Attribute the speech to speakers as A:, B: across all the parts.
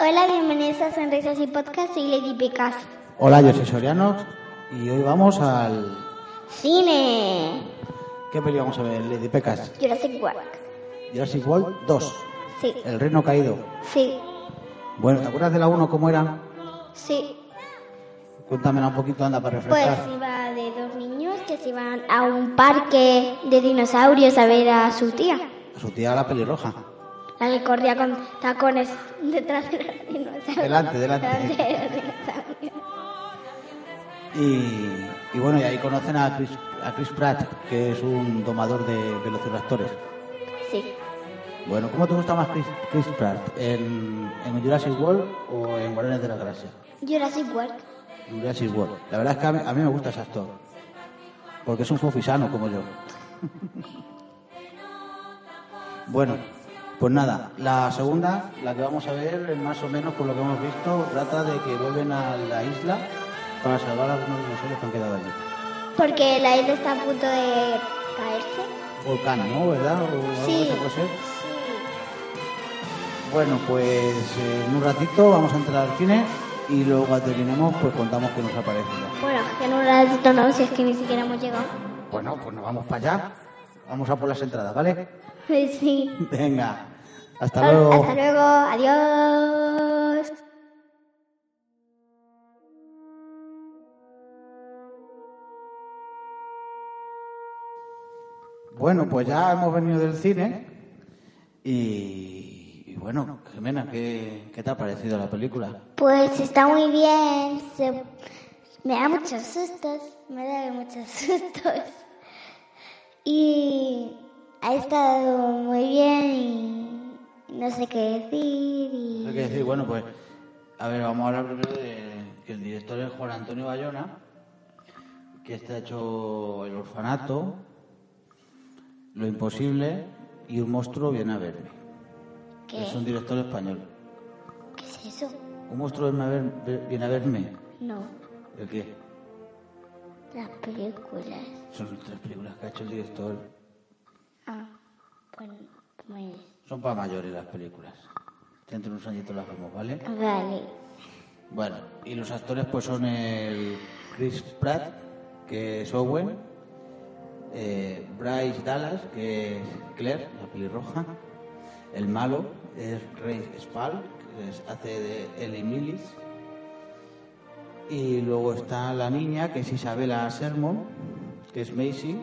A: Hola, bienvenidos a Sonrisas y Podcast, soy Lady Picas.
B: Hola, yo soy Soriano y hoy vamos al...
A: Cine.
B: ¿Qué peli vamos a ver, Lady Pecas?
A: Jurassic Park.
B: Jurassic World 2,
A: Sí,
B: El Reino Caído.
A: sí,
B: Bueno, ¿te acuerdas de la 1 cómo era?
A: sí.
B: Cuéntamela un poquito, anda, para
A: Pues
B: refrescar.
A: iba de dos niños que se iban a un parque de dinosaurios a ver a su tía.
B: A Su tía la pelirroja.
A: La que corría con tacones detrás de los dinosaurios.
B: Delante, delante.
A: Delante de los dinosaurios.
B: Y, y bueno, y ahí conocen a Chris, a Chris Pratt, que es un domador de velociraptores.
A: Sí,
B: Bueno, ¿cómo te gusta más Chris, Chris Pratt? ¿En, en Jurassic World o en Guardianes de la Galaxia?
A: Jurassic World.
B: Jurassic World. La verdad es que a mí, a mí me gusta ese actor. Porque es un fofisano como yo. bueno, pues nada. La segunda, la que vamos a ver, más o menos por lo que hemos visto, trata de que vuelven a la isla para salvar a algunos dinosaurios que han quedado allí.
A: Porque la isla está a punto de caerse.
B: Volcán, ¿no? ¿Verdad? O algo
A: Sí.
B: que se puede ser.
A: Sí.
B: Bueno, pues eh, en un ratito vamos a entrar al cine y luego cuando terminemos pues contamos qué nos ha parecido.
A: Bueno, que en un ratito no, si es que ni siquiera hemos llegado.
B: Bueno, pues nos vamos para allá. Vamos a por las entradas, ¿vale?
A: Pues Sí.
B: Venga, hasta luego.
A: Hasta luego. Adiós.
B: Bueno, pues ya hemos venido del cine y, y bueno, Jimena, ¿qué, qué te ha parecido la película?
A: Pues está muy bien. se- Me da muchos sustos. Me da muchos sustos. Y ha estado muy bien y no sé qué decir. y-
B: Hay que decir, bueno, pues, a ver, vamos a hablar primero de que el director es Juan Antonio Bayona, que este ha hecho El orfanato, Lo imposible y Un monstruo viene a verme.
A: ¿Qué?
B: Es un director español.
A: ¿Qué es eso?
B: Un monstruo viene a, ver- viene a verme.
A: No.
B: ¿El qué?
A: Las películas.
B: Son tres películas que ha hecho el director.
A: Ah, bueno, pues.
B: Son para mayores las películas. Dentro de unos añitos las vemos, ¿vale?
A: Vale.
B: Bueno, y los actores pues son el Chris Pratt, que es Owen, eh, Bryce Dallas, que es Claire, la pelirroja, el malo es Ray Spall, que es- hace de Ellie Millis, y luego está la niña, que es Isabela Sermon, que es Macy,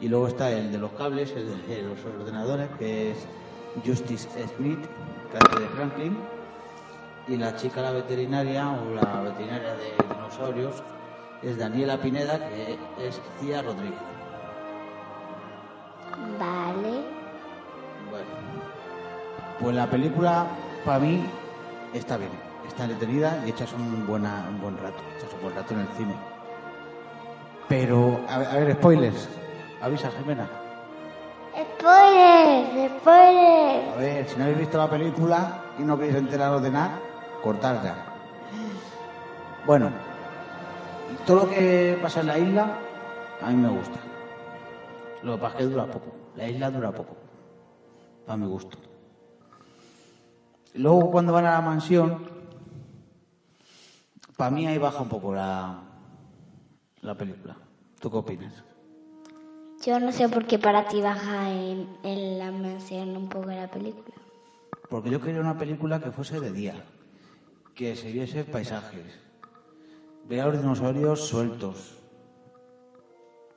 B: y luego está el de los cables, el de los ordenadores, que es Justice Smith, que hace de Franklin, y la chica, la veterinaria, o la veterinaria de dinosaurios, es Daniela Pineda, que es Cía Rodríguez.
A: Vale.
B: Bueno, pues la película, para mí, está bien. Está entretenida y echas un, buena, un buen rato. Echas un buen rato en el cine. Pero, a, ver- a ver, spoilers. Avisa, Jimena.
A: Spoiler, spoiler.
B: A ver, si no habéis visto la película y no queréis enteraros de nada, cortad ya. Bueno, todo lo que pasa en la isla a mí me gusta. Lo que pasa es que dura poco. La isla dura poco. Para mi gusto. Luego cuando van a la mansión, para mí ahí baja un poco la, la película. ¿Tú qué opinas?
A: Yo no sé por qué para ti baja en, en la mansión un poco la película.
B: Porque yo quería una película que fuese de día, que se viese paisajes, vea los dinosaurios sueltos.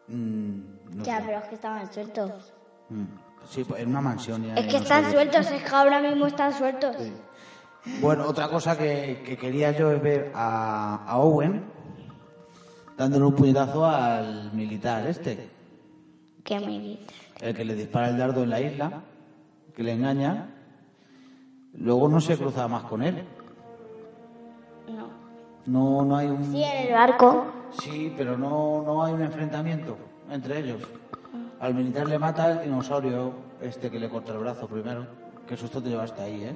B: Mm, no
A: ya,
B: sé.
A: pero es que estaban sueltos.
B: Mm, sí, pues, en una mansión. ya
A: Es que
B: dinosaurios.
A: están sueltos, es que ahora mismo están sueltos.
B: Bueno, otra cosa que, que quería yo es ver a, a Owen dándole un puñetazo al militar este,
A: ¿Qué me dices?
B: el que le dispara el dardo en la isla, que le engaña. Luego no se cruza más con él.
A: No.
B: No, no hay un...
A: Sí, en el barco.
B: Sí, pero no, no hay un enfrentamiento entre ellos. Al militar le mata el dinosaurio este que le corta el brazo primero. Qué susto te llevaste ahí, ¿eh?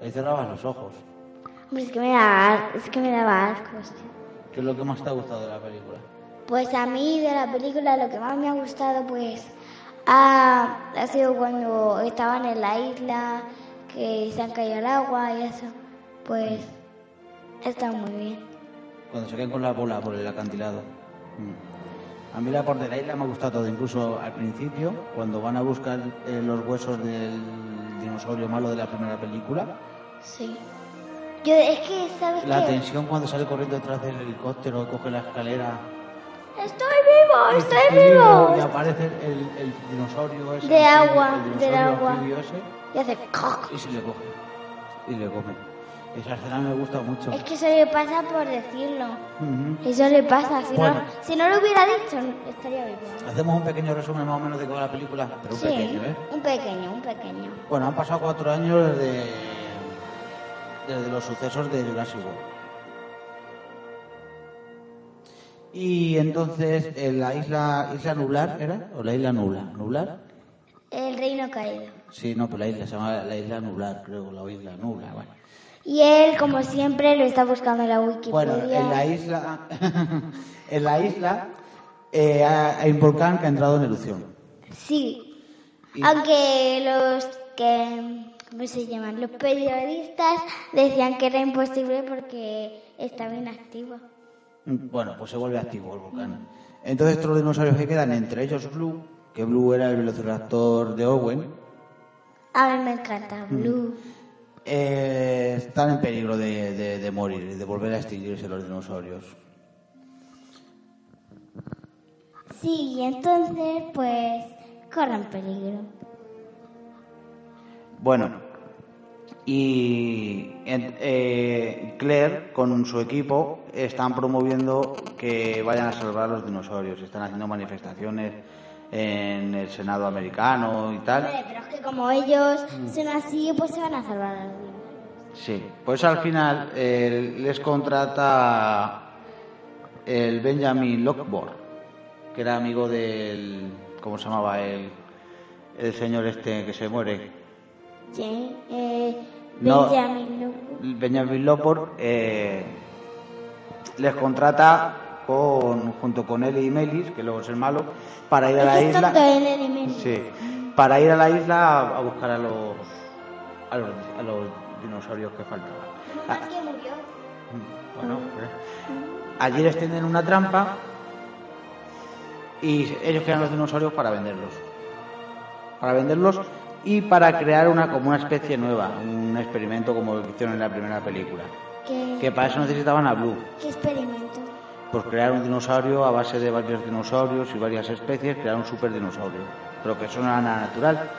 B: Ahí cerrabas los ojos.
A: Hombre, es que me daba, es que me daba asco. o sea.
B: ¿Qué es lo que más te ha gustado de la película?
A: Pues a mí de la película lo que más me ha gustado pues ha, ha sido cuando estaban en la isla, que se han caído al agua y eso. Pues está muy bien.
B: Cuando se caen con la bola por el acantilado. Mm. A mí la parte de la isla me ha gustado todo, incluso al principio, cuando van a buscar eh, los huesos del dinosaurio malo de la primera película,
A: Sí. Yo es que, ¿sabes
B: la
A: qué?
B: tensión cuando sale corriendo detrás del helicóptero, coge la escalera,
A: Estoy vivo, estoy
B: y
A: vivo.
B: aparece el, el dinosaurio ese.
A: De
B: el-
A: agua,
B: el
A: del
B: dinosaurio
A: agua.
B: anfibio ese,
A: Y hace coc.
B: y se le coge. Y le come. Esa escena me gusta mucho.
A: Es que eso le pasa por decirlo.
B: Ujú.
A: Eso le pasa. Si,
B: Bueno.
A: no, si no lo hubiera dicho, no- estaría vivo.
B: Hacemos un pequeño resumen más o menos de qué va la película, pero un
A: sí,
B: pequeño, ¿eh?
A: un pequeño, un pequeño.
B: Bueno, han pasado cuatro años desde, desde los sucesos de Jurassic World. Y entonces en la isla isla nublar era o la isla nubla nublar
A: El reino caído.
B: sí no pero la isla se llama la isla nublar creo la isla nubla bueno
A: Y él, como siempre, lo está buscando en la Wikipedia.
B: Bueno, en la isla, en la isla eh, ha- hay un volcán que ha entrado en erupción.
A: Sí.
B: Y-
A: Aunque los que. ¿Cómo se llaman? Los periodistas decían que era imposible porque estaba inactivo.
B: Bueno, pues se vuelve activo el volcán. Entonces todos los dinosaurios que quedan, entre ellos Blue, que Blue era el velociraptor de Owen,
A: A mí me encanta
B: Mm.
A: Blue.
B: eh, están en peligro de, de- de morir y de volver a extinguirse los dinosaurios.
A: Sí, y entonces, pues, corren peligro.
B: Bueno, y en- eh, Claire con su equipo están promoviendo que vayan a salvar a los dinosaurios. Están haciendo manifestaciones en el Senado americano y tal.
A: Hombre, pero es que como ellos
B: Mm.
A: son así, pues se van a salvar a los niños.
B: Sí, pues al final eh, les contrata el Benjamin Lockboard, que era amigo del. ¿Cómo se llamaba? El, el señor este que se muere.
A: Sí, eh,
B: No.
A: Benjamin Lockwood.
B: Benjamin Lopor eh, les contrata con, junto con Eli y Melis, que luego es el malo, para ir a la
A: Es que es tonto
B: isla.
A: el elemento.
B: Sí, para ir a la isla a, a buscar a los, a los a los dinosaurios que faltaban.
A: Menos
B: Ah,
A: mal que murió.
B: bueno, pues, allí les tienden una trampa y ellos crean los dinosaurios para venderlos. Para venderlos y para crear una como una especie nueva, un experimento como lo que hicieron en la primera película.
A: ¿Qué,
B: Que para eso necesitaban a Blue.
A: qué experimento?
B: Pues crear un dinosaurio a base de varios dinosaurios y varias especies, crear un super dinosaurio. Pero que eso no era nada natural.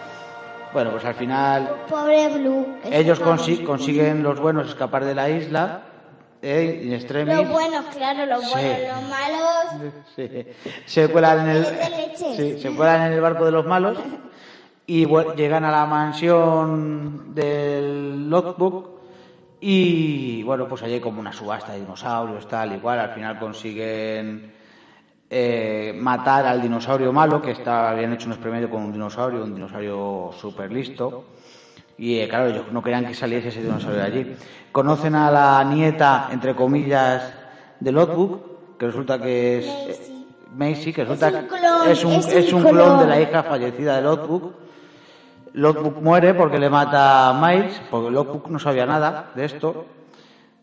B: Bueno, pues al final
A: Pobre Blue. que
B: ellos
A: se acabó.
B: consi- consiguen los buenos escapar de la isla, ¿eh? in extremis.
A: Los buenos, claro, los
B: Sí.
A: buenos, los malos.
B: Sí. Se cuelan en el
A: de leche.
B: sí, se cuelan en el barco de los malos y vuel- llegan a la mansión del logbook y bueno pues allí hay como una subasta de dinosaurios tal igual al final consiguen eh, matar al dinosaurio malo que está habían hecho un experimento con un dinosaurio un dinosaurio súper listo y eh, claro, ellos no querían que saliese ese dinosaurio de allí. Conocen a la nieta, entre comillas, de Lotbook, que resulta que es eh,
A: Maisy.
B: Macy, que resulta
A: Es un
B: que
A: clon,
B: es un,
A: es un
B: es un clon.
A: clon.
B: de la hija fallecida de Lotbook. Lotbook muere porque le mata a Miles, porque Lotbook no sabía nada de esto.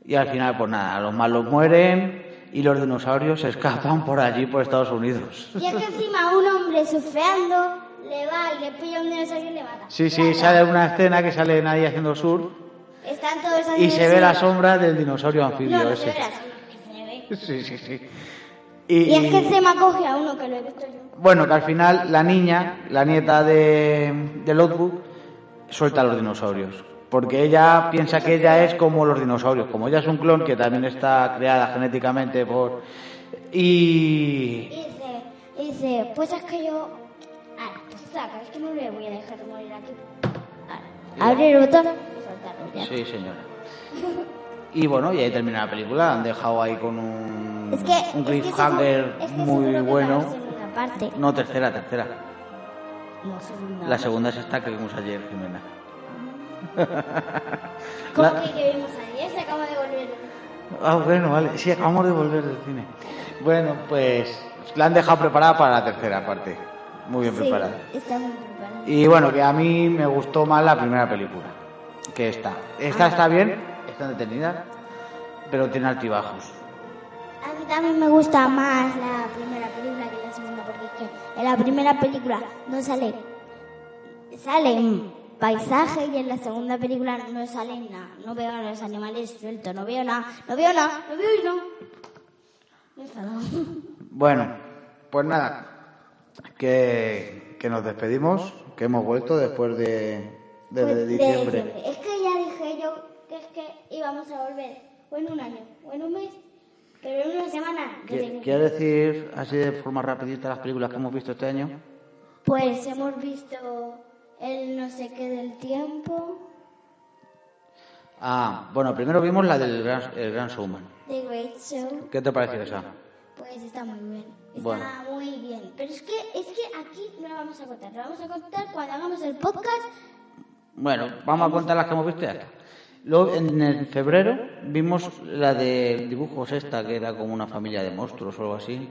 B: Y al final, pues nada, los malos mueren y los dinosaurios se escapan por allí, por Estados Unidos.
A: Y es que encima un hombre sufriendo le va y le pilla un dinosaurio y le mata.
B: Sí, sí, sale una escena que sale nadie haciendo sur
A: Están todos
B: y se ve la
A: sombra.
B: sombra del dinosaurio anfibio
A: No, no se
B: ese.
A: ve la sombra, que se le ve.
B: Sí, sí, sí.
A: Y es que encima coge a uno que lo he visto yo.
B: Bueno, que al final la niña, la nieta de, de Lotbook, suelta a los dinosaurios. Porque ella piensa que ella es como los dinosaurios. Como ella es un clon que también está creada genéticamente por...
A: Y
B: Y...
A: dice, y dice pues es que yo... Ahora, pues saca, es que no le voy a dejar morir aquí. Ahora, abre el botón y soltarlo ya.
B: Sí, señora. Y bueno, y ahí termina la película. Han dejado ahí con un,
A: Es que,
B: un
A: es que
B: cliffhanger
A: seguro- es que
B: muy
A: seguro que
B: bueno.
A: para la segunda parte.
B: No, tercera, tercera.
A: No, segunda.
B: La segunda es esta que vimos ayer, Jimena.
A: ¿Cómo
B: la-
A: que, que vimos ayer? Se acaba de volver.
B: Ah, bueno, vale. Sí, acabamos de volver del cine. Bueno, pues la han dejado preparada para la tercera parte. Muy bien preparada.
A: Sí, está muy preparada.
B: Y bueno, que a mí me gustó más la primera película. que esta. Esta está bien, está detenida, pero tiene altibajos.
A: A mí también me gusta más la primera película que la segunda, porque es que en la primera película no sale, sale paisaje y en la segunda película no sale nada. No veo a los animales sueltos, no veo nada, no veo nada, no veo y no. Me enfado.
B: Bueno, pues nada, que, que nos despedimos, que hemos vuelto después de, de- de
A: Pues, de
B: diciembre.
A: diciembre. Es que ya dije yo que es que íbamos a volver o en un año o en un mes, pero en una semana. yo
B: ¿Qui-
A: tengo-
B: ¿Quieres decir así de forma rapidita las películas que hemos visto este año?
A: Pues hemos visto el no sé qué del tiempo
B: Ah, bueno, primero vimos la del Gran, el gran Showman.
A: de Great Show.
B: ¿Qué te pareció esa?
A: Pues está muy bien. Está
B: Bueno.
A: muy bien. Pero es que, es que aquí no lo vamos a contar. Lo vamos a contar cuando hagamos el podcast.
B: Bueno, vamos a contar las que hemos visto y ya está. Luego, en el febrero, vimos la de dibujos esta, que era como una familia de monstruos o algo así.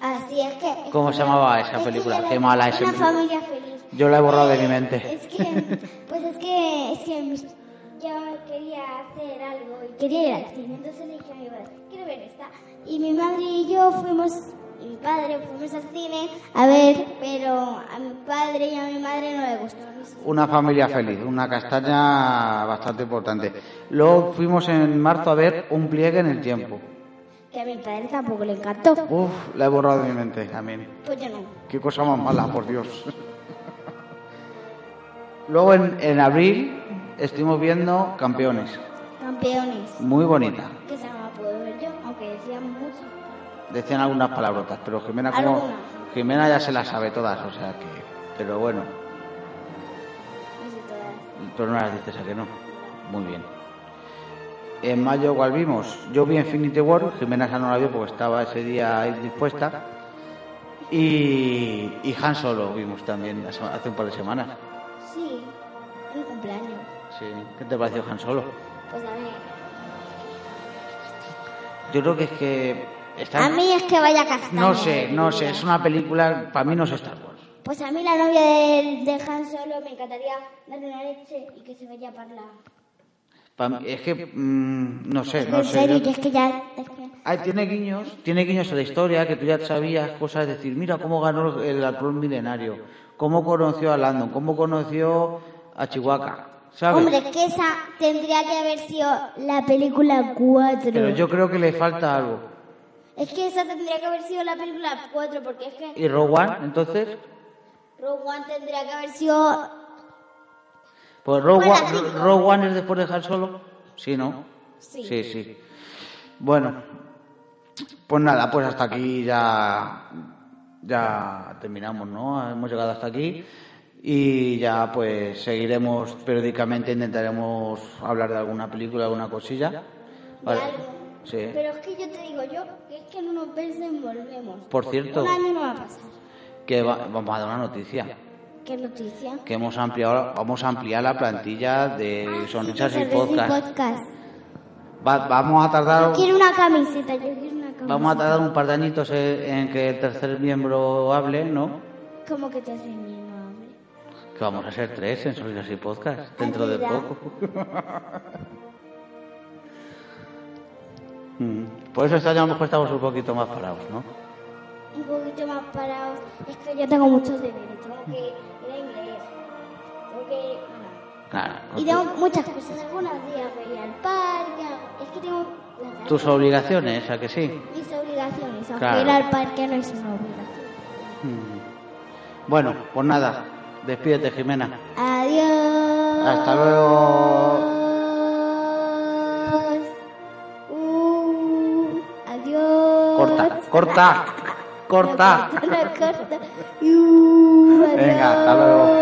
A: Así es que. es
B: ¿Cómo
A: que
B: se
A: ya-
B: llamaba esa
A: es que
B: película?
A: ya la-
B: Qué mala esa
A: Una
B: película.
A: familia feliz.
B: Yo la he borrado de mi
A: Eh,
B: mente.
A: Es que. Pues es que. Es que mis- yo quería hacer algo y quería ir al cine. Entonces le dije a mi madre, quiero ver esta. Y mi madre y yo fuimos. y Mi padre fuimos al cine a ver, pero a mi padre y a mi madre no le gustó. No sé.
B: Una familia feliz, una castaña bastante importante. Luego fuimos en marzo a ver Un pliegue en el tiempo.
A: Que a mi padre tampoco le encantó.
B: Uf, la he borrado de mi mente también.
A: Pues yo no.
B: Qué cosa más mala, por Dios. Luego en, en abril estuvimos viendo Campeones.
A: Campeones.
B: Muy bonita.
A: Que se llama Puedo ver yo, aunque decían mucho.
B: Decían algunas palabrotas, pero Jimena como
A: Algunas.
B: Jimena ya se las sabe todas, o sea que. Pero bueno,
A: No sé todas.
B: tú no las dices a que no. Muy bien. En mayo igual vimos. Yo vi Infinity War, Jimena esa no la vio porque estaba ese día indispuesta. Y, y Han Solo vimos también hace hace un par de semanas.
A: Sí, en mi cumpleaños.
B: Sí. ¿Qué te pareció Han Solo?
A: Pues a ver.
B: Yo creo que es que está...
A: A mí es que vaya castaña.
B: no sé,
A: de
B: no sé, es
A: película.
B: una película para mí no es Star Wars.
A: Pues a mí la novia de, de Han Solo me encantaría darle una leche y que se vaya para la...
B: Pa' mí- es que mm, no sé, no
A: en
B: sé.
A: serio,
B: yo-
A: que es que ya... es que-
B: Ay, tiene guiños, tiene guiños a la historia que tú ya sabías cosas, es decir, mira cómo ganó el halcón milenario, cómo conoció a Landon, cómo conoció a Chihuahua, ¿sabes?
A: Hombre, es que esa tendría que haber sido la película 4.
B: Pero yo creo que le falta algo.
A: Es que esa tendría que haber sido la película 4 porque es que
B: ¿Y Rogue One, entonces?
A: Rogue One tendría que haber sido...
B: Pues Rogue
A: Hola,
B: One,
A: chicos.
B: Rogue One es después de dejar Solo. Sí, ¿no?
A: Sí.
B: Sí, sí. Bueno, pues nada, pues hasta aquí ya, ya terminamos, ¿no? Hemos llegado hasta aquí y ya pues seguiremos periódicamente, intentaremos hablar de alguna película, alguna cosilla. Vale.
A: algo.
B: Sí.
A: Pero es que yo te digo yo, que es que no nos desenvolvemos.
B: Por cierto,
A: Un año no va a pasar.
B: que va- vamos a dar una noticia.
A: ¿Qué noticia?
B: Que hemos ampliado, vamos a ampliar la plantilla de Sonrisas y
A: Sonrisas
B: Podcast. Va- vamos a
A: Yo
B: tardar...
A: quiero una camiseta, yo quiero una camiseta.
B: Vamos a tardar un par de añitos en en que el tercer miembro hable, ¿no?
A: ¿Cómo que te hace miedo, hombre?
B: Que vamos a ser tres en Sonidos y Podcast dentro de
A: Ayuda.
B: poco. Mm, Por eso este año a lo mejor estamos un poquito más parados, ¿no?
A: Un poquito más parados. Es que yo tengo muchos deberes. Tengo que ir a inglés. Tengo que...
B: Claro.
A: Y
B: con
A: tengo
B: tu-
A: muchas cosas. Algunos días voy a ir al parque. Es que tengo... la
B: tus obligaciones, ¿a que sí?
A: tarea, Mis obligaciones. Aunque
B: Claro.
A: ir al parque no es una obligación.
B: Mm. Bueno, pues nada, despídete Jimena.
A: Adiós.
B: Hasta luego.
A: Adiós. Uh, adiós.
B: Corta, corta, corta.
A: No, corta, uh, no, corta. Uh,
B: Venga, hasta
A: adiós.
B: luego.